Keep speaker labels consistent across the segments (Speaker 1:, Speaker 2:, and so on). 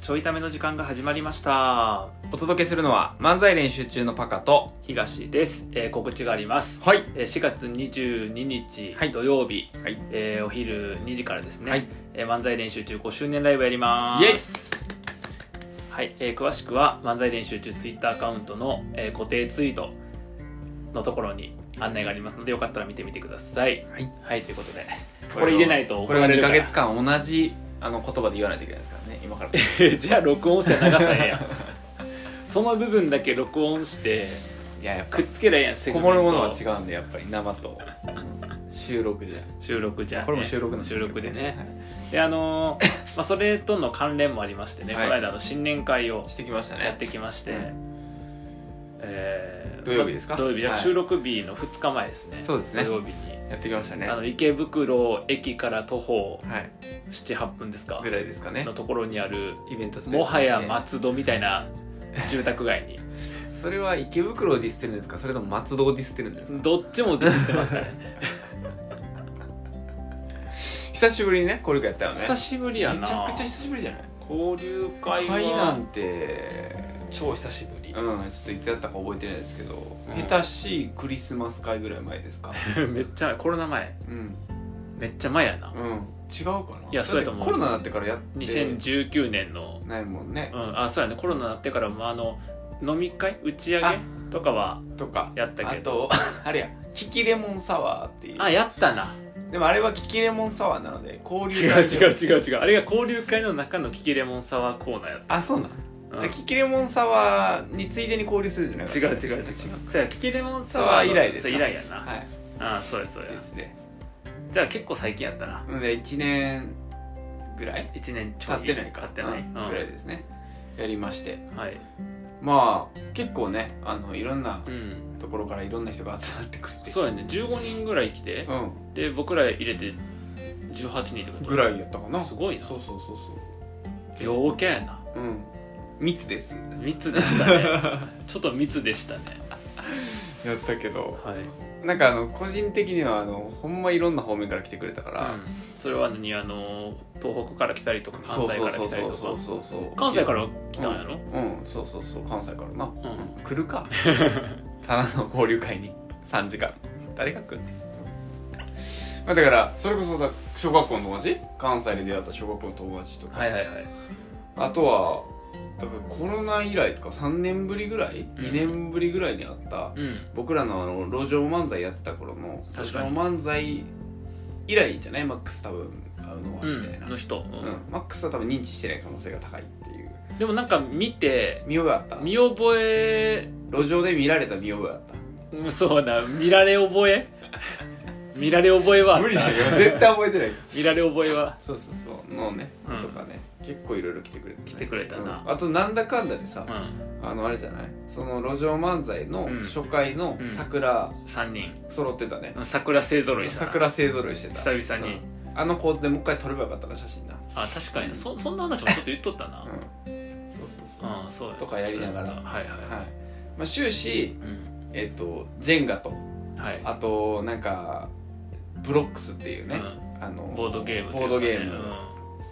Speaker 1: ちょいための時間が始まりました
Speaker 2: お届けするのは漫才練習中のパカと
Speaker 1: 東です、えー告知があります、
Speaker 2: はい
Speaker 1: えー4月22日
Speaker 2: はい
Speaker 1: 土曜日、
Speaker 2: はい
Speaker 1: えーお昼2時からですね、
Speaker 2: はい
Speaker 1: えー漫才練習中5周年ライブやります
Speaker 2: イエイ
Speaker 1: はい、えー詳しくは漫才練習中ツイッターアカウントの、えー固定ツイートのところに案内がありますのでよかったら見てみてください
Speaker 2: はい、
Speaker 1: ということでこれ入れないと
Speaker 2: これは
Speaker 1: 怒られ
Speaker 2: 2
Speaker 1: るか
Speaker 2: から月間同じあの言葉で言わないといけないですからね今から
Speaker 1: じゃあ録音して流さえやんその部分だけ録音して
Speaker 2: いややっぱ
Speaker 1: くっつけりゃええやんセグ
Speaker 2: こ
Speaker 1: メント
Speaker 2: もるものは違うんでやっぱり生と収録じゃ
Speaker 1: 収録じゃん、
Speaker 2: これも収録なんですけ
Speaker 1: 収
Speaker 2: ど
Speaker 1: 録でね、であのー まあ、それとの関連もありましてね、
Speaker 2: はい
Speaker 1: この間あの新年会を
Speaker 2: はいしてきました
Speaker 1: やっ
Speaker 2: ね
Speaker 1: てきまして、
Speaker 2: う
Speaker 1: えー
Speaker 2: 土曜日ですか
Speaker 1: まあ土曜日、
Speaker 2: はい
Speaker 1: 収録日の2日前ですね
Speaker 2: そうですね
Speaker 1: 土曜日に
Speaker 2: やってきましたね
Speaker 1: あの
Speaker 2: は
Speaker 1: 池袋駅から徒歩
Speaker 2: い
Speaker 1: 78分ですか
Speaker 2: ぐらいですかね
Speaker 1: のところにある
Speaker 2: イベントスペース
Speaker 1: もはや
Speaker 2: ま
Speaker 1: 松戸みたいな住宅街に
Speaker 2: それは池袋をディスってるんですかそれとも松戸をディスってるんですか
Speaker 1: どっちもディスってますからね
Speaker 2: 久しぶりにねこれがやったよね
Speaker 1: 久しぶりやな
Speaker 2: めちゃくちゃ久しぶりじゃない
Speaker 1: 交流会
Speaker 2: 会な
Speaker 1: は
Speaker 2: んて
Speaker 1: 超久しぶり
Speaker 2: うん、ちょっといつやったか覚えてないですけど、
Speaker 1: うん
Speaker 2: 下手しいクリスマス会ぐらい前ですか
Speaker 1: めっちゃコロナ前
Speaker 2: うん
Speaker 1: めっちゃ前やな
Speaker 2: うん違うかない
Speaker 1: いやそうやと思う
Speaker 2: コロナになってからやって
Speaker 1: 2019年の
Speaker 2: ないもんね
Speaker 1: う、んあそうやねコロナになってからもあの飲み会打ち上げ
Speaker 2: あ
Speaker 1: とかは
Speaker 2: とか
Speaker 1: やったけど
Speaker 2: あと あれやキキレモンサワーっていう
Speaker 1: あやったな
Speaker 2: でもあれはキキレモンサワーなので交
Speaker 1: 違
Speaker 2: 流
Speaker 1: う
Speaker 2: 会
Speaker 1: 違う違う違うあれが交流会の中のキキレモンサワーコーナーやっ
Speaker 2: あそうなん、
Speaker 1: た、うん
Speaker 2: キキレモンサワーについでに交流するじゃない
Speaker 1: 違う違う違うそうやキキレモンサ
Speaker 2: サ
Speaker 1: ワー
Speaker 2: ワー
Speaker 1: の
Speaker 2: 以来です
Speaker 1: そ
Speaker 2: か
Speaker 1: う以来やな、
Speaker 2: はい
Speaker 1: あそうやそうや
Speaker 2: ですね
Speaker 1: じゃあ結構最近やったな
Speaker 2: なので1年ぐらい
Speaker 1: 1年ちょ
Speaker 2: 経
Speaker 1: い
Speaker 2: ってないか
Speaker 1: 経ってない、
Speaker 2: うん
Speaker 1: うん
Speaker 2: ぐらいですねやりまして
Speaker 1: はい
Speaker 2: まあ結構ねあのいろんな
Speaker 1: うん
Speaker 2: ところからいろんな人が集まってくれて
Speaker 1: そうやね15人ぐらい来て、
Speaker 2: う
Speaker 1: で僕ら入れて18人ってこ
Speaker 2: ん
Speaker 1: と
Speaker 2: ぐらいやったかな
Speaker 1: すごいな
Speaker 2: そうそうそうそ
Speaker 1: 陽キャやな
Speaker 2: ううん密です
Speaker 1: 密でしたね ちょっと密でしたね
Speaker 2: やったけど
Speaker 1: はい、
Speaker 2: なんかあの個人的にはあのほんまいろんな方面から来てくれたから、
Speaker 1: うんそれは何あの東北から来たりとか関
Speaker 2: そう
Speaker 1: 西
Speaker 2: そ
Speaker 1: か
Speaker 2: う
Speaker 1: ら
Speaker 2: そう
Speaker 1: 来たり
Speaker 2: そ
Speaker 1: と
Speaker 2: うそ
Speaker 1: か
Speaker 2: うそうそう
Speaker 1: 関西から来たんやろ、
Speaker 2: うん、そうそうそう関西からな、うん来る か棚の交流会に3時間誰が来んねんまあだからそれこそだ小学校の友達関西で出会った小学校の友達とか、
Speaker 1: はいはいはい
Speaker 2: あとはだからコロナ以来とか3年ぶりぐらい、
Speaker 1: うん
Speaker 2: 2年ぶりぐらいにあった
Speaker 1: うん
Speaker 2: 僕らのあの路上漫才やってた頃の
Speaker 1: 確かに
Speaker 2: 路上漫才以来じゃないマックス多分会うのは
Speaker 1: う
Speaker 2: みたいな、
Speaker 1: ん、の人、
Speaker 2: うん
Speaker 1: う、
Speaker 2: マックスは多分認知してない可能性が高いっていうん
Speaker 1: でもなんか見て
Speaker 2: 見覚えあった
Speaker 1: 見覚え、
Speaker 2: 路上で見られた見覚えあった
Speaker 1: うん、そうな見られ覚 え見られ覚えはあった
Speaker 2: 無理だよ絶対覚えてない
Speaker 1: 見られ覚えは
Speaker 2: そうそうそうのね、
Speaker 1: うん
Speaker 2: とかね結構いろいろ来てくれた、ね、来
Speaker 1: てくれたな
Speaker 2: あとなんだかんだでさ、
Speaker 1: うん
Speaker 2: あのあれじゃないその路上漫才の
Speaker 1: うん
Speaker 2: 初回の
Speaker 1: うん
Speaker 2: 桜
Speaker 1: 3人
Speaker 2: 揃ってたね、
Speaker 1: 桜勢ぞろいしたな
Speaker 2: 桜勢ぞろいしてた
Speaker 1: 久々に、
Speaker 2: うんあの構図でもう一回撮ればよかったな写真な、
Speaker 1: あ確かにそそんな話もちょっと言っとったな、うん
Speaker 2: うん、そうそうそう、は
Speaker 1: そう
Speaker 2: とかやりながら
Speaker 1: そうはいはいは
Speaker 2: い
Speaker 1: い、
Speaker 2: まあ、終始
Speaker 1: うん
Speaker 2: えっ、とジェンガと
Speaker 1: はい
Speaker 2: あとなんかブロックスっていうね、あの
Speaker 1: ボードゲームとい
Speaker 2: ボ
Speaker 1: う
Speaker 2: ー
Speaker 1: か
Speaker 2: ド
Speaker 1: ね
Speaker 2: ゲー
Speaker 1: う
Speaker 2: ム
Speaker 1: ん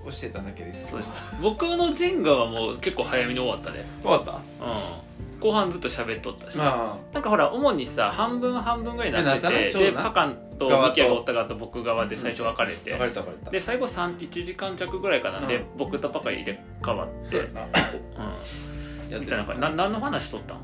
Speaker 2: をしてただけです
Speaker 1: そうです僕のジェンガはもう結構早めに終わったね、
Speaker 2: 終わった
Speaker 1: うん、後半ずっと喋っとったし、
Speaker 2: まあ
Speaker 1: なんかほら主にさ半分半分ぐらいになって
Speaker 2: なってたなちょう
Speaker 1: で
Speaker 2: どな
Speaker 1: パカンと
Speaker 2: 側と
Speaker 1: ミキヤがおった側と僕側で最初分かれて、
Speaker 2: 分かれた分かれた
Speaker 1: で最後三1時間弱ぐらいかな、で
Speaker 2: うん
Speaker 1: 僕とパカ入れ替わって
Speaker 2: そう
Speaker 1: う
Speaker 2: やなや
Speaker 1: ん
Speaker 2: って
Speaker 1: みたいな
Speaker 2: た
Speaker 1: 感じな何の話しとったん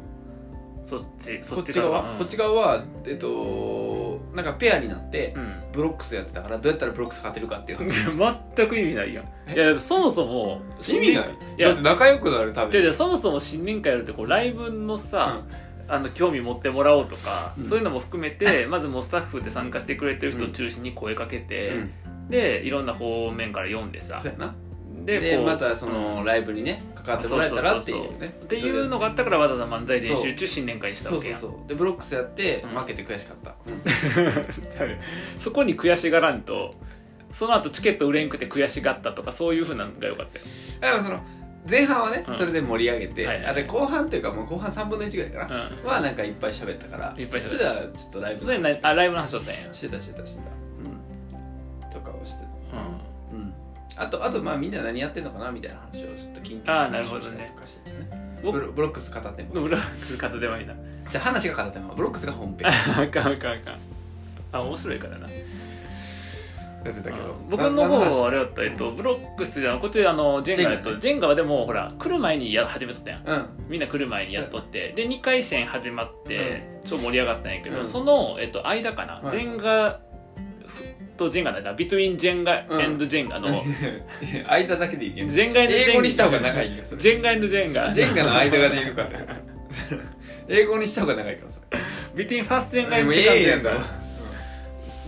Speaker 1: そっちそ
Speaker 2: こ
Speaker 1: っ
Speaker 2: っ
Speaker 1: ち
Speaker 2: ち側、
Speaker 1: うん
Speaker 2: こっち側はえっとなんかペアになって、
Speaker 1: うん
Speaker 2: ブロックスやってたからどうやったらブロックス勝てるかっていう話
Speaker 1: 全く意味ないやんいやそもそも新年会い
Speaker 2: だっ
Speaker 1: や
Speaker 2: て仲良くなるた
Speaker 1: じ
Speaker 2: め
Speaker 1: ゃ
Speaker 2: に
Speaker 1: そもそも新年会やるってこうライブのさ、あの興味持ってもらおうとか、
Speaker 2: うん
Speaker 1: そういうのも含め てまずもうスタッフで参加してくれてる人を中心に声かけ
Speaker 2: う
Speaker 1: て、
Speaker 2: ん、
Speaker 1: でいろんな方面から読んでさ
Speaker 2: そうやな
Speaker 1: で
Speaker 2: で
Speaker 1: こう
Speaker 2: またその、
Speaker 1: うん
Speaker 2: ライブにね関わってもらえたらっていうね
Speaker 1: っていうのがあったからわざわざ漫才練習中新年会にした
Speaker 2: そ
Speaker 1: わ
Speaker 2: う
Speaker 1: け
Speaker 2: そう
Speaker 1: やん
Speaker 2: そうでブロックスやって、
Speaker 1: うん
Speaker 2: 負けて悔しかった、
Speaker 1: そこに悔しがらんとその後チケット売れんくて悔しがったとかそういうふうなのが良かったよ
Speaker 2: だからその前半はね、
Speaker 1: うん
Speaker 2: それで盛り上げて、
Speaker 1: はいはいはい
Speaker 2: あで後半というかもう後半3分の1ぐらいかな、
Speaker 1: うん
Speaker 2: はなんかいっぱい喋ったから
Speaker 1: いっぱい喋った
Speaker 2: そっちではちょっとライブ
Speaker 1: それなあライブの話だったんや
Speaker 2: してたしてたしてた、うん、とかをしてた
Speaker 1: う
Speaker 2: うんあとあとまあみんな何やってんのかなみたいな話をちょっと緊急に
Speaker 1: あーなる
Speaker 2: 話
Speaker 1: ほ
Speaker 2: を
Speaker 1: ど
Speaker 2: した
Speaker 1: ね
Speaker 2: りとかしてたね
Speaker 1: 僕
Speaker 2: ブロブロックス片手間
Speaker 1: の裏 する方ではいいな
Speaker 2: じゃあ話が片手間ブロックスが 本編
Speaker 1: あかんあかんあかんあ面白いからな
Speaker 2: やってたけど
Speaker 1: うん僕の方はあ
Speaker 2: れ
Speaker 1: れだった、えっと、ブロックスじゃんこっちあのジェンガやっ
Speaker 2: ジェンガ
Speaker 1: と
Speaker 2: ね
Speaker 1: ジェンガはでもほら来る前にや始めとったやん
Speaker 2: うん
Speaker 1: みんな来る前にやっとってで2回戦始まって超盛り上がったんやけど、
Speaker 2: うん
Speaker 1: その、えっと、間かな、
Speaker 2: はい
Speaker 1: ジェンガふとジェンガの間ビトゥインジェンガエンドジェンガの、
Speaker 2: 間だけでいいよ
Speaker 1: ジェンガエンドジェンガ
Speaker 2: 英語にした方が長いよそれ
Speaker 1: ジェンガエンドジェンガ
Speaker 2: ジェンガの間が でいるから 英語にした方が長いからさ
Speaker 1: ビトゥインファーストジェンガエ
Speaker 2: で
Speaker 1: ン
Speaker 2: も
Speaker 1: ド
Speaker 2: え
Speaker 1: セカンド
Speaker 2: え
Speaker 1: ジ
Speaker 2: や
Speaker 1: ェ
Speaker 2: ん
Speaker 1: ンガ
Speaker 2: だ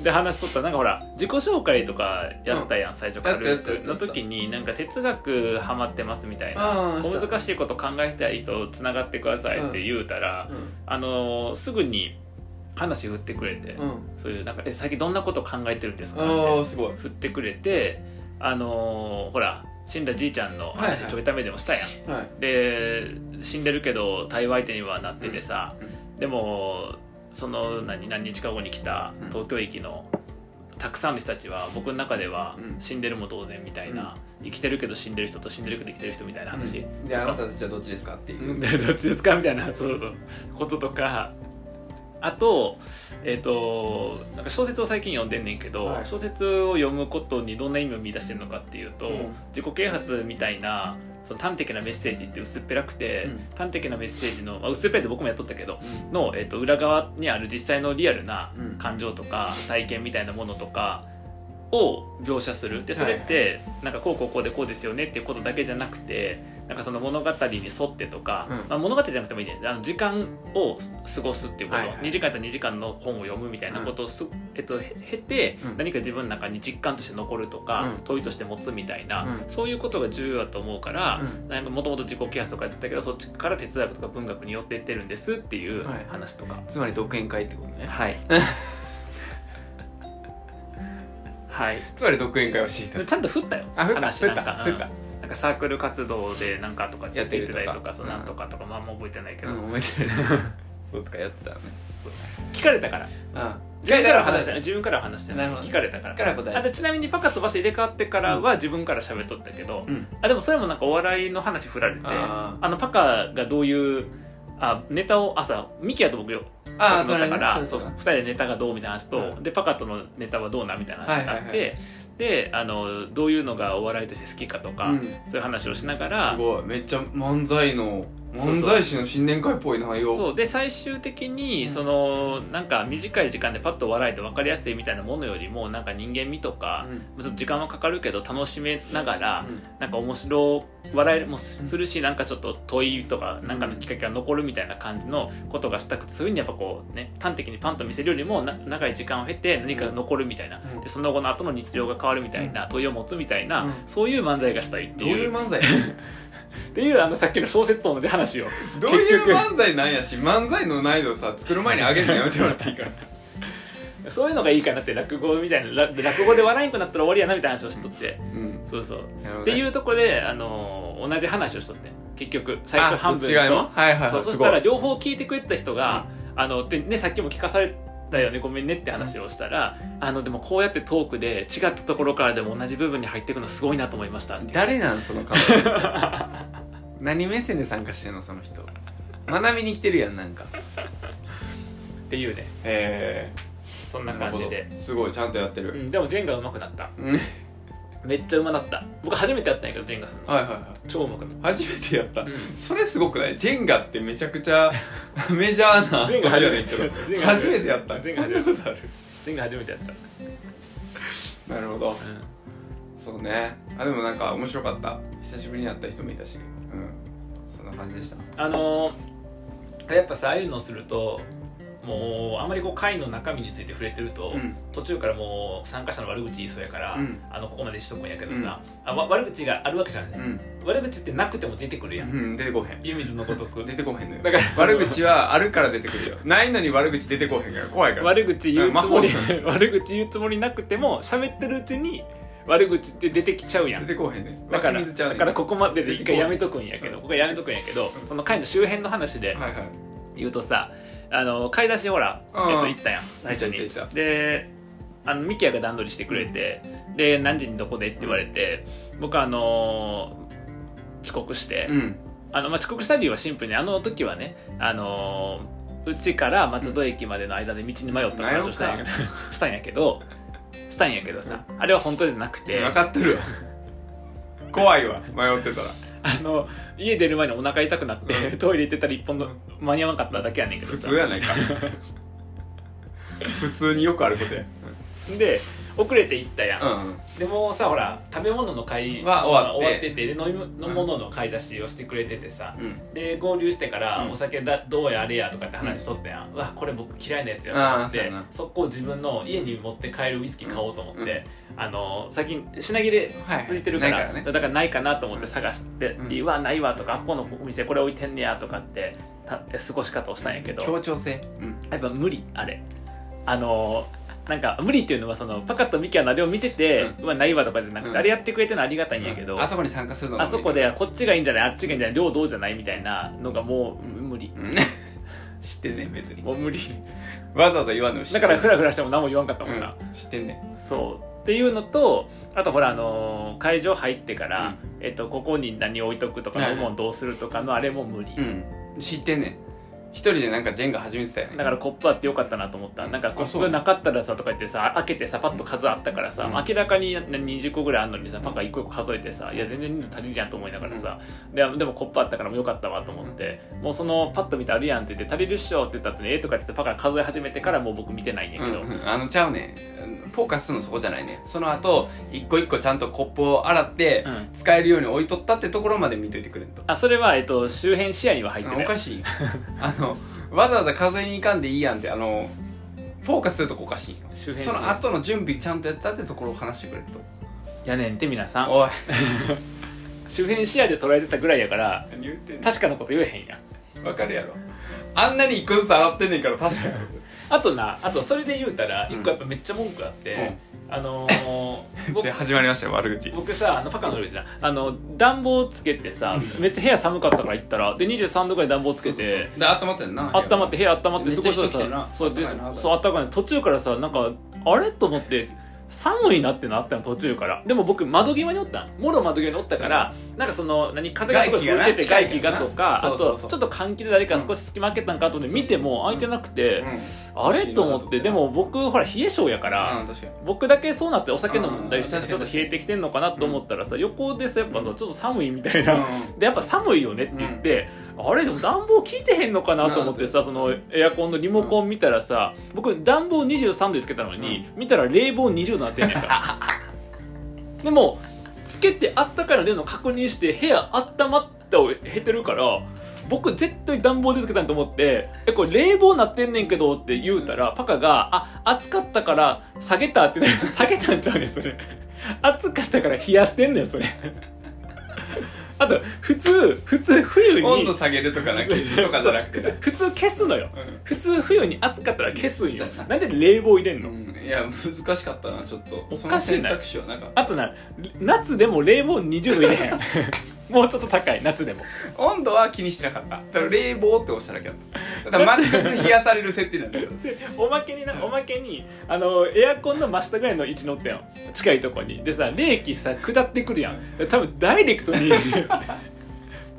Speaker 1: で話しとったなんかほら自己紹介とかやったやん、最初
Speaker 2: やったや
Speaker 1: 軽
Speaker 2: ったやっ
Speaker 1: く
Speaker 2: た
Speaker 1: の時になんか哲学ハマってますみたい
Speaker 2: あ
Speaker 1: な
Speaker 2: ー
Speaker 1: 小
Speaker 2: した
Speaker 1: 難しいこと考えたい人つながってくださいって言うたら、あのーすぐに話振ってくれて、
Speaker 2: うんうん
Speaker 1: そういうなんかえ最近どんなこと考えてるんですか
Speaker 2: あ
Speaker 1: っ
Speaker 2: あすごい
Speaker 1: て振ってくれてあのーほら死んだじいちゃんの
Speaker 2: はいは
Speaker 1: 話
Speaker 2: い
Speaker 1: ちょいためでもしたやん、
Speaker 2: はい
Speaker 1: で死んでるけど対話相手にはなっててさ、
Speaker 2: うん
Speaker 1: でもその何何日か後に来た
Speaker 2: うん
Speaker 1: 東京駅のたくさんの人たちは僕の中では
Speaker 2: うん
Speaker 1: 死んでるも同然みたいな、生きてるけど死んでる人と死んでるけど生きてる人みたいな話、
Speaker 2: であなたたちはどっちですかっていう、
Speaker 1: で どっちですかみたいなそうそうこととかあと,、えっとなんか小説を最近読んでんねんけど、
Speaker 2: はい
Speaker 1: 小説を読むことにどんな意味を見出してるのかっていうと、
Speaker 2: うん
Speaker 1: 自己啓発みたいなその端的なメッセージって薄っぺらくて、
Speaker 2: うん
Speaker 1: 端的なメッセージの、まあ、薄っぺらで僕もやっとったけどの、えっと裏側にある実際のリアルな
Speaker 2: うん
Speaker 1: 感情とか体験みたいなものとかを描写するでそれってなんかこうこうこうでこうですよねっていうことだけじゃなくてなんかその物語に沿ってとか、
Speaker 2: うん
Speaker 1: まあ、物語じゃなくてもいいねあの時間を過ごすっていうこと、
Speaker 2: はいはい
Speaker 1: 2時間やったら2時間の本を読むみたいなことをす、えっと、へ経て
Speaker 2: うん
Speaker 1: 何か自分の中に実感として残るとか、
Speaker 2: うん
Speaker 1: 問いとして持つみたいな、
Speaker 2: うん
Speaker 1: そういうことが重要だと思うから
Speaker 2: う
Speaker 1: なんかもともと自己啓発とかやってたけどそっちから哲学とか文学に寄っていってるんですっていう
Speaker 2: はい
Speaker 1: 話とか。
Speaker 2: つまり独演会ってこと ね
Speaker 1: はい。はい。
Speaker 2: つまり独演会をしていた
Speaker 1: ちゃんと振ったよ。
Speaker 2: あ振った
Speaker 1: 話
Speaker 2: 振った
Speaker 1: なんか、
Speaker 2: 振った
Speaker 1: うんなんかサークル活動でなんかとか
Speaker 2: やって
Speaker 1: 言
Speaker 2: ると
Speaker 1: た
Speaker 2: か
Speaker 1: りとか、そう
Speaker 2: うん
Speaker 1: なんとかとか、まあんま覚えてないけ
Speaker 2: う
Speaker 1: ど、
Speaker 2: ん覚えてるそうとかやってたね
Speaker 1: そう聞かれたから。
Speaker 2: うん
Speaker 1: 自分からは話して
Speaker 2: た
Speaker 1: ない。自分からは話してない。
Speaker 2: なるほど
Speaker 1: 聞かれたから。
Speaker 2: から答え
Speaker 1: あでちなみにパカと場所入れ替わってからは自分から喋っとったけど、
Speaker 2: うん
Speaker 1: あでもそれもなんかお笑いの話振られて
Speaker 2: あ
Speaker 1: あのパカがどういうあネタを朝ミキヤと僕よ
Speaker 2: あー
Speaker 1: 近くだったからそ
Speaker 2: そ
Speaker 1: うう
Speaker 2: れねそう
Speaker 1: そ
Speaker 2: そう
Speaker 1: う2人でネタがどうみたいな話と、
Speaker 2: うん
Speaker 1: でパカとのネタはどうなみたいな話があって、
Speaker 2: はいはいは
Speaker 1: であのどういうのがお笑いとして好きかとか、
Speaker 2: うん
Speaker 1: そういう話をしながら
Speaker 2: すごいめっちゃ漫才の
Speaker 1: そう
Speaker 2: 漫
Speaker 1: そう
Speaker 2: 才師の新年会っぽい内容
Speaker 1: そうで最終的に、
Speaker 2: うん
Speaker 1: そのなんか短い時間でパッと笑えて分かりやすいみたいなものよりもなんか人間味とか、
Speaker 2: うん
Speaker 1: ちょっと時間はかかるけど楽しめながら、
Speaker 2: うん
Speaker 1: なんか面白い笑いもするし、なんかちょっと問いとかなんかのきっかけが残るみたいな感じのことがしたくてそういうふうにやっぱこうね端的にパンと見せるよりもな長い時間を経て何かが残るみたいな、
Speaker 2: うん
Speaker 1: でその後の後の日常が変わるみたいな、問いを持つみたいな、
Speaker 2: うん
Speaker 1: そういう漫才がしたいって
Speaker 2: どう
Speaker 1: いう
Speaker 2: いう 漫才
Speaker 1: っていうあのさっきの小説と同じ話を
Speaker 2: どういう
Speaker 1: 結
Speaker 2: 漫才なんやし漫才の難易度さ作る前に上げるのやめてもらっていいから
Speaker 1: 局そういうのがいいかなって落語みたいなら落語で笑えんくなったら終わりやなみたいな話をしとって
Speaker 2: うん
Speaker 1: そうそう
Speaker 2: なるほどね
Speaker 1: っていうところで、あのー同じ話をしとって結局最初
Speaker 2: あ
Speaker 1: 半分
Speaker 2: どっちがやも
Speaker 1: と
Speaker 2: はいはいはい
Speaker 1: そうそ
Speaker 2: す
Speaker 1: した
Speaker 2: ごい
Speaker 1: ら両方聞いてくれてた人が、あのでね、さっきも聞かされたよねごめんねって話をしたら、あのでもこうやってトークで違ったところからでも同じ部分に入っていくのすごいなと思いましたっていう
Speaker 2: 誰なんその 彼女何目線で参加してんのその人学びに来てるやんなんか
Speaker 1: っていうね
Speaker 2: え
Speaker 1: そん
Speaker 2: え
Speaker 1: な感じです
Speaker 2: ごいちゃんとやって
Speaker 1: う
Speaker 2: る、
Speaker 1: ん、でもジェンガ上手くなった
Speaker 2: うん、はい
Speaker 1: めっちゃ上手なった僕初めてやったんやけどジェンガするの
Speaker 2: はいは
Speaker 1: 超上手くなっ
Speaker 2: い初めてやった、
Speaker 1: うん
Speaker 2: それすごくないジェンガってめちゃくちゃ メジャーな
Speaker 1: ジェンガ初めて
Speaker 2: 遊びやねんけど
Speaker 1: ジェンガ
Speaker 2: 初
Speaker 1: 初
Speaker 2: め
Speaker 1: め
Speaker 2: て
Speaker 1: て
Speaker 2: やった
Speaker 1: ジェンガ
Speaker 2: そ
Speaker 1: 初め
Speaker 2: んな
Speaker 1: て
Speaker 2: ことある
Speaker 1: たジェンガ初めてやった、う
Speaker 2: なるほど
Speaker 1: ん、
Speaker 2: そうねあでもなんか面白かった久しぶりに会った人もいたしうんそんな感じでした
Speaker 1: あのーやっぱさああいうのをするともうあまりこう会の中身について触れてると、
Speaker 2: うん
Speaker 1: 途中からもう参加者の悪口言いそうやから、
Speaker 2: うん
Speaker 1: あのここまでしとくんやけどさ、あわ悪口があるわけじゃん
Speaker 2: う
Speaker 1: ね、
Speaker 2: ん、
Speaker 1: 悪口ってなくても出てくるやん、
Speaker 2: うん、出てこへん
Speaker 1: 湯水のごとく
Speaker 2: 出てこへんのよ
Speaker 1: だから
Speaker 2: 悪口はあるから出てくるよないのに悪口出てこへんから怖いから
Speaker 1: 悪口言うつもり
Speaker 2: うん 魔法なんで
Speaker 1: 悪口言うつもりなくても喋ってるうちに悪口って出てきちゃうやん
Speaker 2: 出てこうへんね
Speaker 1: だから
Speaker 2: 湧き水ちゃうね
Speaker 1: だからここまでで一回やめとくんやけどここはやめとくんやけどその会の周辺の話で、
Speaker 2: はいはい
Speaker 1: 言うとさあの買い出しほら、
Speaker 2: うん
Speaker 1: えっと、行ったやん最初
Speaker 2: 行
Speaker 1: に
Speaker 2: った行っ
Speaker 1: であのミキヤが段取りしてくれて、で何時にどこでって言われて僕はあのー遅刻して、
Speaker 2: うん
Speaker 1: あのまあ、遅刻した理由はシンプルにあの時はねあのーうちから松戸駅までの間で道に迷った話をしたんやけど したんやけどしたんやけどさあれは本当じゃなくて
Speaker 2: 分かってるわ怖いわ迷ってたら
Speaker 1: あの家出る前にお腹痛くなって、
Speaker 2: うん
Speaker 1: トイレ行ってたら一本の間に合わなかっただけやねんけど
Speaker 2: 普
Speaker 1: さ
Speaker 2: 通やないか普通によくあることや
Speaker 1: で遅れて行ったやん、
Speaker 2: うん
Speaker 1: でもうさほら食べ物の買い
Speaker 2: は終わって
Speaker 1: で飲み物の買い出しをしてくれててさ、
Speaker 2: うん
Speaker 1: で合流してから
Speaker 2: うん
Speaker 1: お酒だどうやあれやとかって話しとったやん、うわこれ僕嫌いなやつや
Speaker 2: あー
Speaker 1: なって
Speaker 2: そうやな
Speaker 1: そこを自分の家に持って帰るウイスキー買おうと思って、あの最近品切れ
Speaker 2: はい
Speaker 1: 続いてるから,、
Speaker 2: ないから
Speaker 1: だ
Speaker 2: ね
Speaker 1: からないかなと思って探して、
Speaker 2: うん
Speaker 1: でうわないわとかあここのお店これ置いてんねやとかってたって過ごし方をしたんやけど
Speaker 2: 協調性うん
Speaker 1: やっぱ無理あれあのなんか無理っていうのはそのパカッとミキアのあれを見てて、うわないわとかじゃなくて、
Speaker 2: うん
Speaker 1: あれやってくれてるのはありがたいんやけど、
Speaker 2: あそこに参加するのが
Speaker 1: あそこでこっちがいいんじゃないあっちがいいんじゃない両どうじゃないみたいなのがもう無理
Speaker 2: うん知ってんねん別に
Speaker 1: もう無理
Speaker 2: わざわざ言わんでも知って
Speaker 1: だか
Speaker 2: んねん
Speaker 1: らフラフラしても何も言わんかったもんな、
Speaker 2: うん知ってんねん
Speaker 1: そうっていうのとあとほらあのー会場入ってから、
Speaker 2: うん
Speaker 1: えっと、ここに何置いとくとか
Speaker 2: はい
Speaker 1: 飲むもんどうするとかのあれも無理、
Speaker 2: うん知ってんねん一人でなんかジェンガ始めてたよね
Speaker 1: だからコップあってよかったなと思ったなんかコ
Speaker 2: あそ
Speaker 1: ッ
Speaker 2: う
Speaker 1: プなかったらさとか言ってさ開けてさパッと数あったからさ、
Speaker 2: うん
Speaker 1: 明らかに20個ぐらいあんのにさパカ一個一個数えてさいや全然人数足りるやんと思いながらさ、ででもコップあったからもうよかったわと思って、もうそのパッと見てあるやんって言って足りるっしょって言った後にえーとか言ってパカが数え始めてからもう僕見てないんや
Speaker 2: う
Speaker 1: け
Speaker 2: ん
Speaker 1: ど、
Speaker 2: うん、あのちゃうねんフォーカスするのそこじゃないねその後一個一個ちゃんとコップを洗って、
Speaker 1: うん
Speaker 2: 使えるように置いとったってところまで見といてくれんと
Speaker 1: あそれは、えっと、周辺視野には入ってな
Speaker 2: お
Speaker 1: い
Speaker 2: かしいよあのわざわざ数えに行かんでいいやんってあのフォーカスするとこおかしいよ
Speaker 1: 周辺
Speaker 2: そ
Speaker 1: 視
Speaker 2: の
Speaker 1: 野
Speaker 2: 後の準備ちゃんとやったってところを話してくれんと
Speaker 1: やねんって皆さん
Speaker 2: おい
Speaker 1: 周辺視野で捉えてたぐらいやから
Speaker 2: 何言ってん
Speaker 1: 確かなこと言えへんやん
Speaker 2: わかるやろあんなに一個ずつ洗ってんねんから確かに
Speaker 1: あとなあとそれで言うたら
Speaker 2: うん
Speaker 1: 一個やっぱめっちゃ文句あって、あのー僕
Speaker 2: で始まりましたよ悪口
Speaker 1: 僕さあのパカのルじゃんあの暖房つけてさめっちゃ部屋寒かったから行ったらで23度ぐらい暖房つけて
Speaker 2: で温まってんな
Speaker 1: あったまって部屋あったまって
Speaker 2: めっ
Speaker 1: 過
Speaker 2: ち
Speaker 1: ご
Speaker 2: ゃ
Speaker 1: したら
Speaker 2: 人来てる
Speaker 1: さそう
Speaker 2: な
Speaker 1: で
Speaker 2: 暖かいな
Speaker 1: そうあったかいの途中からさなんかあれと思って寒いなってなったの途中からでも僕窓際におったんもろ窓際におったからなんかその何風がすごい吹いてて
Speaker 2: 外
Speaker 1: 外
Speaker 2: 気
Speaker 1: 気
Speaker 2: が
Speaker 1: が
Speaker 2: な
Speaker 1: とか
Speaker 2: 近いからな
Speaker 1: あ
Speaker 2: そうそう
Speaker 1: と
Speaker 2: そう
Speaker 1: ちょっと換気で誰か少し隙間開けたんかと思って見ても開いてなくてあれと思ってでも僕ほら冷え性やから
Speaker 2: うん確かに
Speaker 1: 僕だけそうなってお酒飲んだりして
Speaker 2: うんうん
Speaker 1: ちょっと冷えてきてんのかなと思ったらさ横でさやっぱさちょっと寒いみたい
Speaker 2: うん
Speaker 1: なでやっぱ寒いよねって言って、あれでも暖房効いてへんのかなと思ってさそのエアコンのリモコン見たらさ僕暖房23度でつけたのに、見たら冷房20度なってんねんかでもつけてあったかいの出るの確認して部屋あったまったを経てるから僕絶対暖房でつけたんと思って「えこれ冷房なってんねんけど」って言うたらパカが「あ暑かったから下げた」って言って 下げたんちゃうねんそれ暑かったから冷やしてんのよそれあと普通普通冬に
Speaker 2: 温度下げるとか な傷とかじゃなくて
Speaker 1: そう普通消すのよ
Speaker 2: う
Speaker 1: 普通冬に暑かったら消すんよ
Speaker 2: そうや
Speaker 1: な
Speaker 2: な
Speaker 1: んで冷房入れんの、
Speaker 2: んいや難しかったなちょっと
Speaker 1: おかしいな
Speaker 2: その選択肢はなんか
Speaker 1: あとな夏でも冷房20度入れ へんもうちょっと高い夏でも
Speaker 2: 温度は気にしてなかっただから冷房っておっしゃらなきゃだからマックス冷やされる設定な んだけど
Speaker 1: でおまけになおまけにあのエアコンの真下ぐらいの位置乗ってんよ近いとこにでさ冷気さ下ってくるやん多分ダイレクト に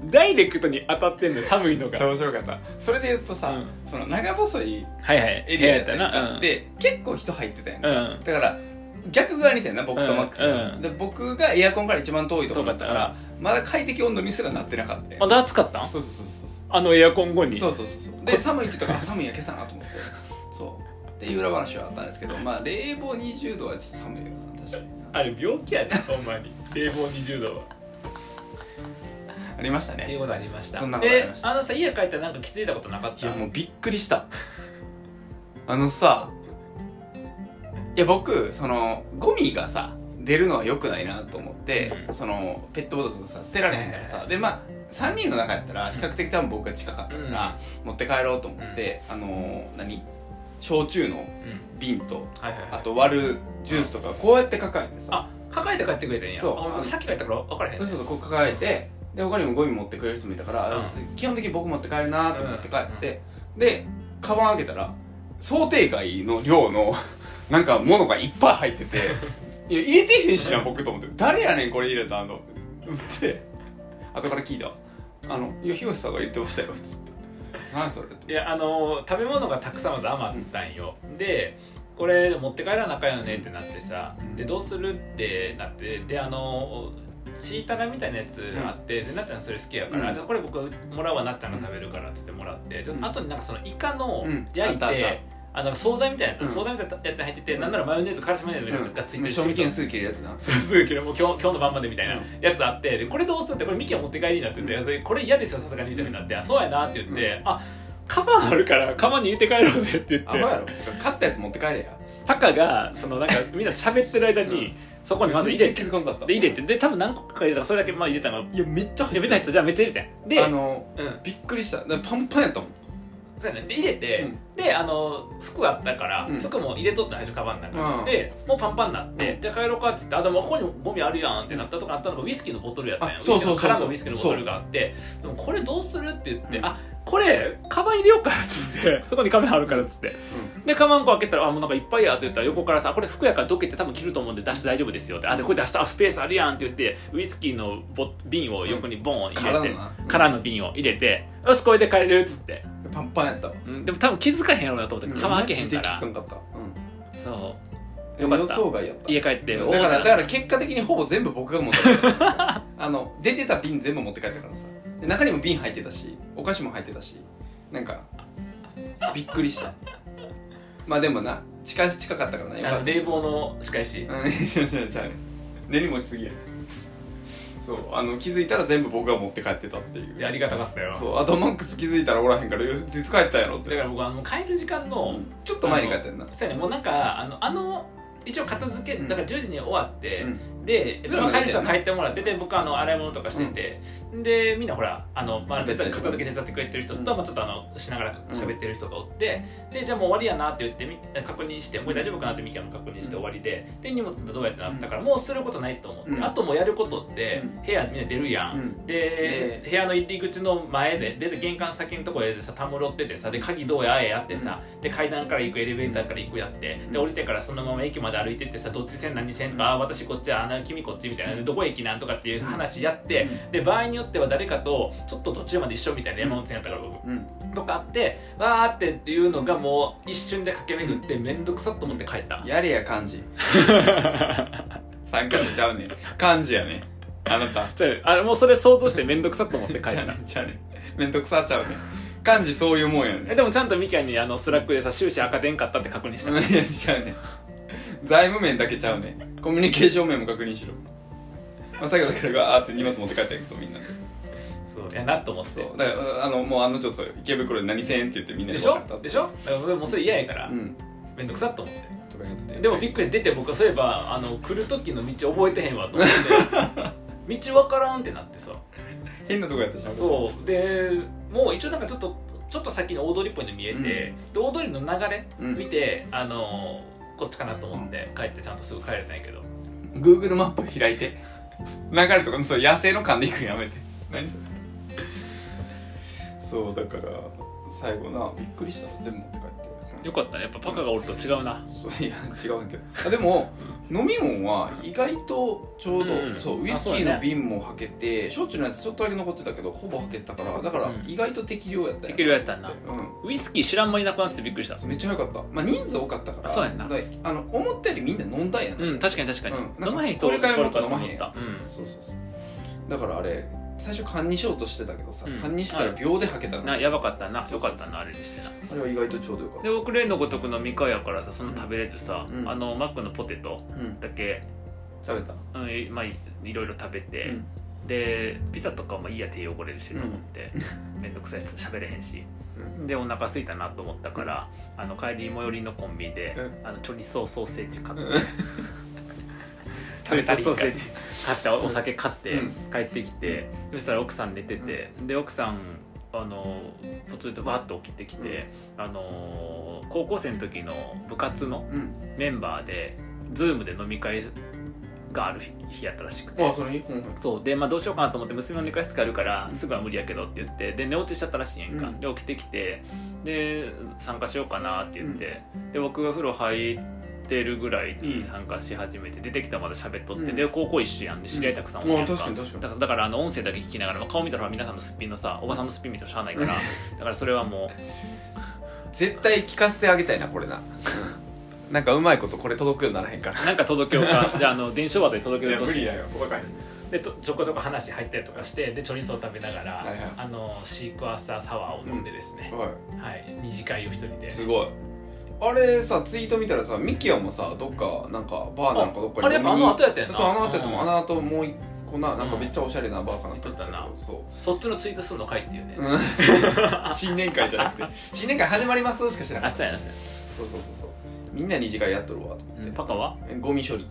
Speaker 1: ダイレクトに当たってんのよ寒いの
Speaker 2: そ
Speaker 1: が
Speaker 2: う面白かったそれで言うとさ、
Speaker 1: うん
Speaker 2: その長細い
Speaker 1: はいはい
Speaker 2: エリアやっ
Speaker 1: 部
Speaker 2: たりと
Speaker 1: 屋や
Speaker 2: か
Speaker 1: うん
Speaker 2: で、結構人入ってたやん
Speaker 1: う
Speaker 2: か、
Speaker 1: ん
Speaker 2: だから逆側にいたよな僕とマックスが、
Speaker 1: うんうん
Speaker 2: で僕がエアコンから一番遠いところだったか
Speaker 1: 遠
Speaker 2: らまだ快適温度にすらなってなかった
Speaker 1: ま
Speaker 2: よ
Speaker 1: だ暑かったん
Speaker 2: そうそうそうそう
Speaker 1: あのエアコン後に
Speaker 2: そうそうそうそうで寒い時とかあ寒いや今朝なと思って そうっていう裏話はあったんですけどまあ冷房20度はちょっと寒いよな確かにな
Speaker 1: あれ病気やねほんまに冷房20度は
Speaker 2: ありました
Speaker 1: ってい
Speaker 2: ね
Speaker 1: うことありました
Speaker 2: そんなことありました
Speaker 1: であのさ家帰ったらなんか気づいたことなかっ
Speaker 2: い
Speaker 1: た
Speaker 2: やもうびっくりしたあのさいや僕そのゴミがさ出るのは良くないなと思って、
Speaker 1: うん
Speaker 2: そのペットボトルとかさ捨てられへんからさでまあ3人の中やったら比較的多分僕が近かったから、持って帰ろうと思って、あの何焼酎の
Speaker 1: うん
Speaker 2: 瓶と
Speaker 1: はいはいはい
Speaker 2: あと割るジュースとかこうやって抱えてさ
Speaker 1: あ抱えて帰ってくれてんや
Speaker 2: そう
Speaker 1: あ僕さっき帰ったから分からへん
Speaker 2: 嘘とこう抱えてで他にもゴミ持ってくれる人もいたから、基本的に僕持って帰るなと思って帰って、でカバン開けたら想定外の量の なんか物がいっぱい入っ てて「いや入れてへんしな僕」と思って「誰やねんこれ入れたの」って後から聞いた「あのいや広瀬さんが入れてましたよ」っつって「何それ」と
Speaker 1: いやあのー食べ物がたくさんまず余ったんよ、でこれ持って帰らなあかんよねってなってさ
Speaker 2: うん
Speaker 1: でどうするってなってであのーチータラみたいなやつあって、でなっちゃんそれ好きやから、
Speaker 2: うん
Speaker 1: じゃあこれ僕もらうわなっちゃんが食べるからっつってもらってで
Speaker 2: うん
Speaker 1: あとになんかそのイカの
Speaker 2: うん
Speaker 1: 焼いて、
Speaker 2: あったあった
Speaker 1: あの惣菜みたいなやつ、
Speaker 2: うん
Speaker 1: 惣菜みたいなやつに入ってて、
Speaker 2: うん
Speaker 1: なんならマヨネーズからしマヨネーズみたいなやつがついてるし、
Speaker 2: 賞味期限数切るやつな
Speaker 1: そうそうけどもう今日今日の晩までみたいな
Speaker 2: うん
Speaker 1: やつあってでこれどうすんってこれミキは持って帰りになってて、
Speaker 2: うん
Speaker 1: それこれ嫌ですよさすがにみたいになって、あそうやなって言って、あカバンあるからカバンに入れて帰ろうぜって言っ
Speaker 2: アホや
Speaker 1: て
Speaker 2: ろ買ったやつ持って帰れや
Speaker 1: タカがそのなんかみんな喋ってる間に、
Speaker 2: うん
Speaker 1: そこにまず入れて
Speaker 2: 気づかんかった
Speaker 1: で入れてで多分何個か入れたからそれだけまあ入れたのが
Speaker 2: いやめっちゃ
Speaker 1: いやめ
Speaker 2: 入っ
Speaker 1: っちゃ入ってたじゃあめっちゃ入れてんで
Speaker 2: あの
Speaker 1: うん
Speaker 2: びっくりしただからパンパンやったもん
Speaker 1: そうやねで入れて、
Speaker 2: うん
Speaker 1: であの服あったから、
Speaker 2: うん
Speaker 1: 服も入れとったんでしょカバンの中に、
Speaker 2: うん
Speaker 1: でもうパンパンになって、
Speaker 2: うん
Speaker 1: じゃあ帰ろうかっつってあでもここにもゴミあるやんってなったとかあったのがウイスキーのボトルやったんや
Speaker 2: あそうそうそうそう
Speaker 1: ウイスキーの空のウイスキーのボトルがあってでもこれどうするって言って、
Speaker 2: うん
Speaker 1: あこれカバン入れようかっつってそこにカバンあるからっつってでカバンこう開けたらあもうなんかいっぱいやって言ったら横からさあこれ服やからどけて多分着ると思うんで出して大丈夫ですよってあでこれ出したらあスペースあるやんって言ってウイスキーのボ瓶を横にボン入
Speaker 2: から
Speaker 1: れて、
Speaker 2: のな
Speaker 1: 空の瓶を入れてよしこれで帰れるっつって
Speaker 2: パンパンやったわ
Speaker 1: うん、でも多分気づかへんやろうなと思って釜開けへんか
Speaker 2: マジ
Speaker 1: ら
Speaker 2: で気づかんかったうん
Speaker 1: そよ
Speaker 2: 予
Speaker 1: かった
Speaker 2: 想外やった
Speaker 1: う家帰って
Speaker 2: だからだ
Speaker 1: ら
Speaker 2: から結果的にほぼ全部僕が持って帰った あの出てた瓶全部持って帰ったからさで中にも瓶入ってたしお菓子も入ってたしなんかびっくりしたまあでもな近し近かったからなよかった
Speaker 1: 冷房の仕返し
Speaker 2: うん違う違う違う練りもちすぎやそうあの気づいたら全部僕が持って帰ってたっていう
Speaker 1: いやありがたかったよ
Speaker 2: そうあとマックス気づいたらおらへんからいつ帰ったんやろって
Speaker 1: だから僕あの帰る時間の
Speaker 2: ちょっと前に帰ったよな
Speaker 1: そうやねもうなんかあのあの一応片付け
Speaker 2: うん
Speaker 1: だから10時に終わって、
Speaker 2: うん
Speaker 1: で
Speaker 2: ん
Speaker 1: まあ帰る人は帰ってもらってで僕はあの洗い物とかしてて、でみんなほらあの、まあ、手伝い片付け手伝ってくれてる人と、
Speaker 2: うん
Speaker 1: まあ、ちょっとあのしながら喋ってる人がおってでじゃあもう終わりやなって言ってみ確認してもう大丈夫かなってミキアも確認して終わりでで荷物どうやってなったから、もうすることないと思って、
Speaker 2: うん
Speaker 1: あともうやることって、
Speaker 2: うん
Speaker 1: 部屋みんな出るやん、
Speaker 2: うん
Speaker 1: で部屋の入り口の前でで玄関先のところでさたむろっててさで鍵どうやあえやってさ、で階段から行くエレベーターから行くやってで降りてからそのまま駅まで歩いてってさどっち線何線とか、あ私こっちあな君こっちみたいなでどこ駅なんとかっていう話やって、で場合によっては誰かとちょっと途中まで一緒みたいな山本線やったから僕
Speaker 2: うん
Speaker 1: とかあってわーってっていうのがもう一瞬で駆け巡って面倒くさっと思って帰った。
Speaker 2: やれや 漢字参加者ちゃうねん漢字やねあなた
Speaker 1: じゃああれもうそれ想像して面倒くさっと思って
Speaker 2: ち ゃうねんちゃうねんめんどくさちゃうねん漢字そういうもんやね
Speaker 1: えでもちゃんとミキアにあのスラックでさ終始赤点かったって確認した
Speaker 2: んいやちゃうねん財務面だけちゃうねんコミュニケーション面も確認しろ、まあ、先ほどからガーって荷物持って帰ったけどみんな
Speaker 1: そういやなと思って
Speaker 2: そうだからあのもうあのちょっと池袋で何せんって言ってみんな
Speaker 1: で
Speaker 2: に
Speaker 1: し
Speaker 2: 分か
Speaker 1: ょ
Speaker 2: った
Speaker 1: でしょだからもうそれ嫌やから、
Speaker 2: うん
Speaker 1: めんどくさっと思って
Speaker 2: とか言って
Speaker 1: でもびっくり出て僕はそういえばあの来る時の道覚えてへんわと思って 道わからんってなってさ
Speaker 2: 変なとこやったし
Speaker 1: そうでもう一応なんかちょっとちょっと先に大通りっぽいの見えて、
Speaker 2: うん
Speaker 1: で大通りの流れ
Speaker 2: うん
Speaker 1: 見て、あのこっちかなと思って帰ってちゃんとすぐ帰れないけど
Speaker 2: Google マップ開いて流れとかそう野生の勘で行くのやめて何それそうだから最後なびっくりした全部持って帰って
Speaker 1: よかったねやっぱパカがおると違うな、
Speaker 2: そういや違うんやけどあでも飲み物は意外とちょうど、
Speaker 1: うん
Speaker 2: そうウイ
Speaker 1: あ
Speaker 2: スキ
Speaker 1: そうや
Speaker 2: ー
Speaker 1: ね
Speaker 2: の瓶もはけて焼酎のやつちょっとだけ残ってたけどほぼはけてたからだか
Speaker 1: う
Speaker 2: ら
Speaker 1: ん
Speaker 2: 意外と適量やったよ
Speaker 1: 適量やったんな
Speaker 2: うん
Speaker 1: ウイスキー知らん間になくなっててびっくりした
Speaker 2: そうめっちゃ良かった、まあ、人数多かったから
Speaker 1: そうやんな
Speaker 2: だあの思ったよりみんな飲んだんやな、
Speaker 1: うん確かに確かに、
Speaker 2: うんなんか
Speaker 1: 飲まへん人
Speaker 2: これから
Speaker 1: 多い
Speaker 2: 飲まへん
Speaker 1: と思った
Speaker 2: そうそうそうだからあれ最初勘にしようとしてたけどさ、
Speaker 1: うん
Speaker 2: 勘にしたら秒ではけた
Speaker 1: うん
Speaker 2: の
Speaker 1: な
Speaker 2: あ
Speaker 1: やばかったな
Speaker 2: そ
Speaker 1: よ
Speaker 2: うそ
Speaker 1: か
Speaker 2: うそう
Speaker 1: ったなあれにしてな
Speaker 2: れは意外とちょうどよかった
Speaker 1: で僕例のごとく飲み会やからさそんな食べれずさ、
Speaker 2: うん
Speaker 1: あのマックのポテト
Speaker 2: うん
Speaker 1: だけ、
Speaker 2: 食べた
Speaker 1: うんいまあ、いいろいろ食べて、
Speaker 2: うん
Speaker 1: でピザとかもいいや手汚れるしと思って、 めんどくさいし喋れへんしでお腹空いたなと思ったから、あの帰り最寄りのコンビニで、
Speaker 2: う
Speaker 1: あのチョリソーソーセージ買って、
Speaker 2: うん
Speaker 1: チョリソーソーセージ買ってお酒買って
Speaker 2: うん
Speaker 1: 帰ってきて、そしたら奥さん寝てて、で奥さんあのポツリとバーッと起きてきて、あの高校生の時の部活の
Speaker 2: うん
Speaker 1: メンバーで Zoom で飲み会がある日日やったらしくて
Speaker 2: あそれいい、うん
Speaker 1: そうで、まあ、どうしようかなと思って娘の寝かしつけあるからすぐは無理やけどって言ってで寝落ちしちゃったらしいんやんか、
Speaker 2: うん
Speaker 1: で起きてきてで参加しようかなって言って、で僕が風呂入ってるぐらいに参加し始めて、出てきたまで喋っとって、で高校一緒やんで知り合いたくさんおるやん
Speaker 2: うんあ確かに確かに
Speaker 1: だからだからあの音声だけ聞きながら顔見たら皆さんのすっぴんのさおばさんのすっぴん見てもしゃあ ないからだからそれはも
Speaker 2: 絶対聞かせてあげたいなこれななんかうまいことこれ届くようにならへんから
Speaker 1: うなんか届けようかじゃああの電車バで届けようとして
Speaker 2: よ細かい
Speaker 1: でとちょこちょこ話入ったりとかしてでチョリソー食べながら、
Speaker 2: はいはい
Speaker 1: あのシークワーサーサワーを飲んでですね、はい二次会を一人で。
Speaker 2: すごいあれさツイート見たらさミキヤもさどっかなんかバーなんかどっかに
Speaker 1: ああれやっぱあの後やったよな
Speaker 2: そうあの後やったもん
Speaker 1: うん
Speaker 2: あの後もう一個ななんかめっちゃおしゃれなバーかなって言ってたけど
Speaker 1: うん
Speaker 2: そ
Speaker 1: そっちのツイートするのかいっていうね、
Speaker 2: う、うん、 新年会じゃなくて新年会始まりますしか知らな
Speaker 1: あ
Speaker 2: い
Speaker 1: そうやなそうや
Speaker 2: そうそうそうそうみんな二次会やっとるわと思って
Speaker 1: な、パカは
Speaker 2: えゴミ処 理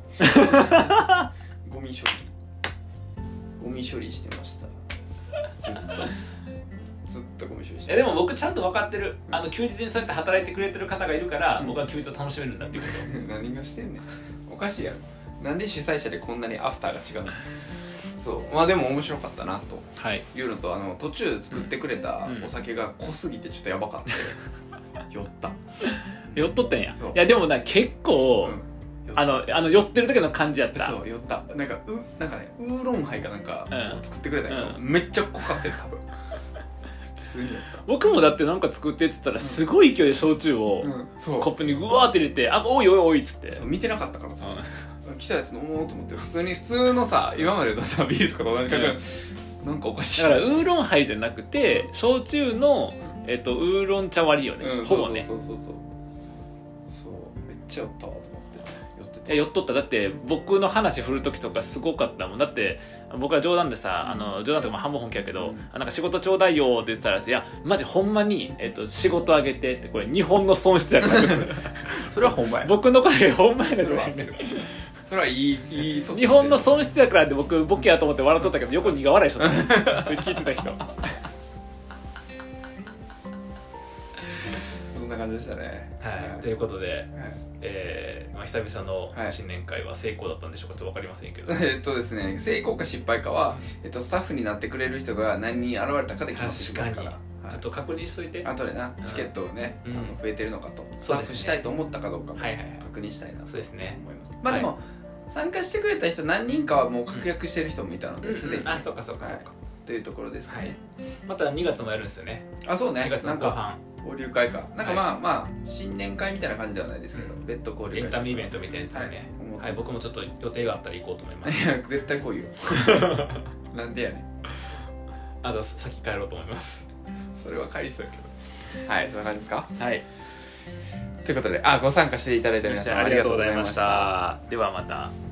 Speaker 2: ゴミ処理ゴミ処理してましたずっとずっとゴミ処理して
Speaker 1: えでも僕ちゃんと分かってるあの休日にそうやって働いてくれてる方がいるから、
Speaker 2: うん
Speaker 1: 僕は休日を楽しめるんだっていうこ
Speaker 2: 何がしてんねんおかしいやろなんで主催者でこんなにアフターが違うのそうまあでも面白かったなと
Speaker 1: とはい
Speaker 2: いうのとあの途中作ってくれた
Speaker 1: うん
Speaker 2: お酒が濃すぎてちょっとやば かった、酔った、
Speaker 1: 酔っとったんやい
Speaker 2: そう
Speaker 1: やでもな結構、
Speaker 2: うん酔った
Speaker 1: あのあの酔ってる時の感じやった
Speaker 2: そう酔ったなんかうなんかねウーロンハイかなんか
Speaker 1: うん
Speaker 2: を作ってくれたけど、
Speaker 1: う
Speaker 2: めっちゃ濃かったよ 多分普通にやった
Speaker 1: 僕もだってなんか作ってっつったらすごい勢いで焼酎を
Speaker 2: うん、そう
Speaker 1: コップにうわーって入れて「あおいおいおい」っつって
Speaker 2: そう見てなかったからさ、来たやつ飲もうと思って普通に普通のさ今までのさビールとかと同じ感覚、なんかおかしい
Speaker 1: だからウーロンハイじゃなくて焼酎の、えっとウーロン茶割りよね、
Speaker 2: うん
Speaker 1: ほぼね
Speaker 2: そうそうそうそうそうめっちゃ酔ったわと思って酔って
Speaker 1: い
Speaker 2: た
Speaker 1: や酔っとっただって僕の話振る時とかすごかったもんだって僕は冗談でさあの冗談とかも半分本気やけど、
Speaker 2: うん
Speaker 1: あなんか仕事ちょうだいよって言ってたらいやマジほんまに、えっと仕事あげてってこれ日本の損失やから
Speaker 2: それは本番や
Speaker 1: 僕の声ほんまや ねん
Speaker 2: それはそれはいいいい年
Speaker 1: 日本の損失やからって僕ボケやと思って笑っとったけど横に苦笑いしとった それ聞いてた人
Speaker 2: そんな感じでしたね
Speaker 1: はい、ということで、
Speaker 2: はい
Speaker 1: えーまあ、久々の新年会は成功だったんでしょうかちょっと分かりませんけど、
Speaker 2: えっとですね成功か失敗かは、えっと、スタッフになってくれる人が何人現れたかで決まってきますから
Speaker 1: 確
Speaker 2: はい
Speaker 1: ちょっと確認しといて、
Speaker 2: あとでな
Speaker 1: うん
Speaker 2: チケットをね、
Speaker 1: うん
Speaker 2: あの増えてるのかとス
Speaker 1: そ
Speaker 2: タ
Speaker 1: うで
Speaker 2: ッ
Speaker 1: すね
Speaker 2: フしたいと思ったかどうかも
Speaker 1: はいはいはい
Speaker 2: 確認したいな
Speaker 1: そうですね
Speaker 2: 思いますま
Speaker 1: は
Speaker 2: あで
Speaker 1: い
Speaker 2: も、参加してくれた人何人かはもう確約してる人もいたのですでに、
Speaker 1: あそうかそうかそうか、
Speaker 2: というところですか
Speaker 1: はい
Speaker 2: ね、、
Speaker 1: また2月もやるんですよね
Speaker 2: あそうね
Speaker 1: 2月
Speaker 2: な
Speaker 1: の
Speaker 2: ん
Speaker 1: 後
Speaker 2: か
Speaker 1: 半
Speaker 2: 交流会かなんかまあ、まあ新年会みたいな感じではないですけど、
Speaker 1: うん
Speaker 2: 別途交流会
Speaker 1: エンタメイベントみたいなやつでね
Speaker 2: はい思っ、て
Speaker 1: はい僕もちょっと予定があったら行こうと思いま
Speaker 2: い
Speaker 1: す
Speaker 2: や 絶対来いよなんでやねん
Speaker 1: あと先帰ろうと思います
Speaker 2: それは帰りそうやけどはいそんな感じですか
Speaker 1: はい
Speaker 2: ということであご参加していただいた皆さん
Speaker 1: ありがとうございましたではまた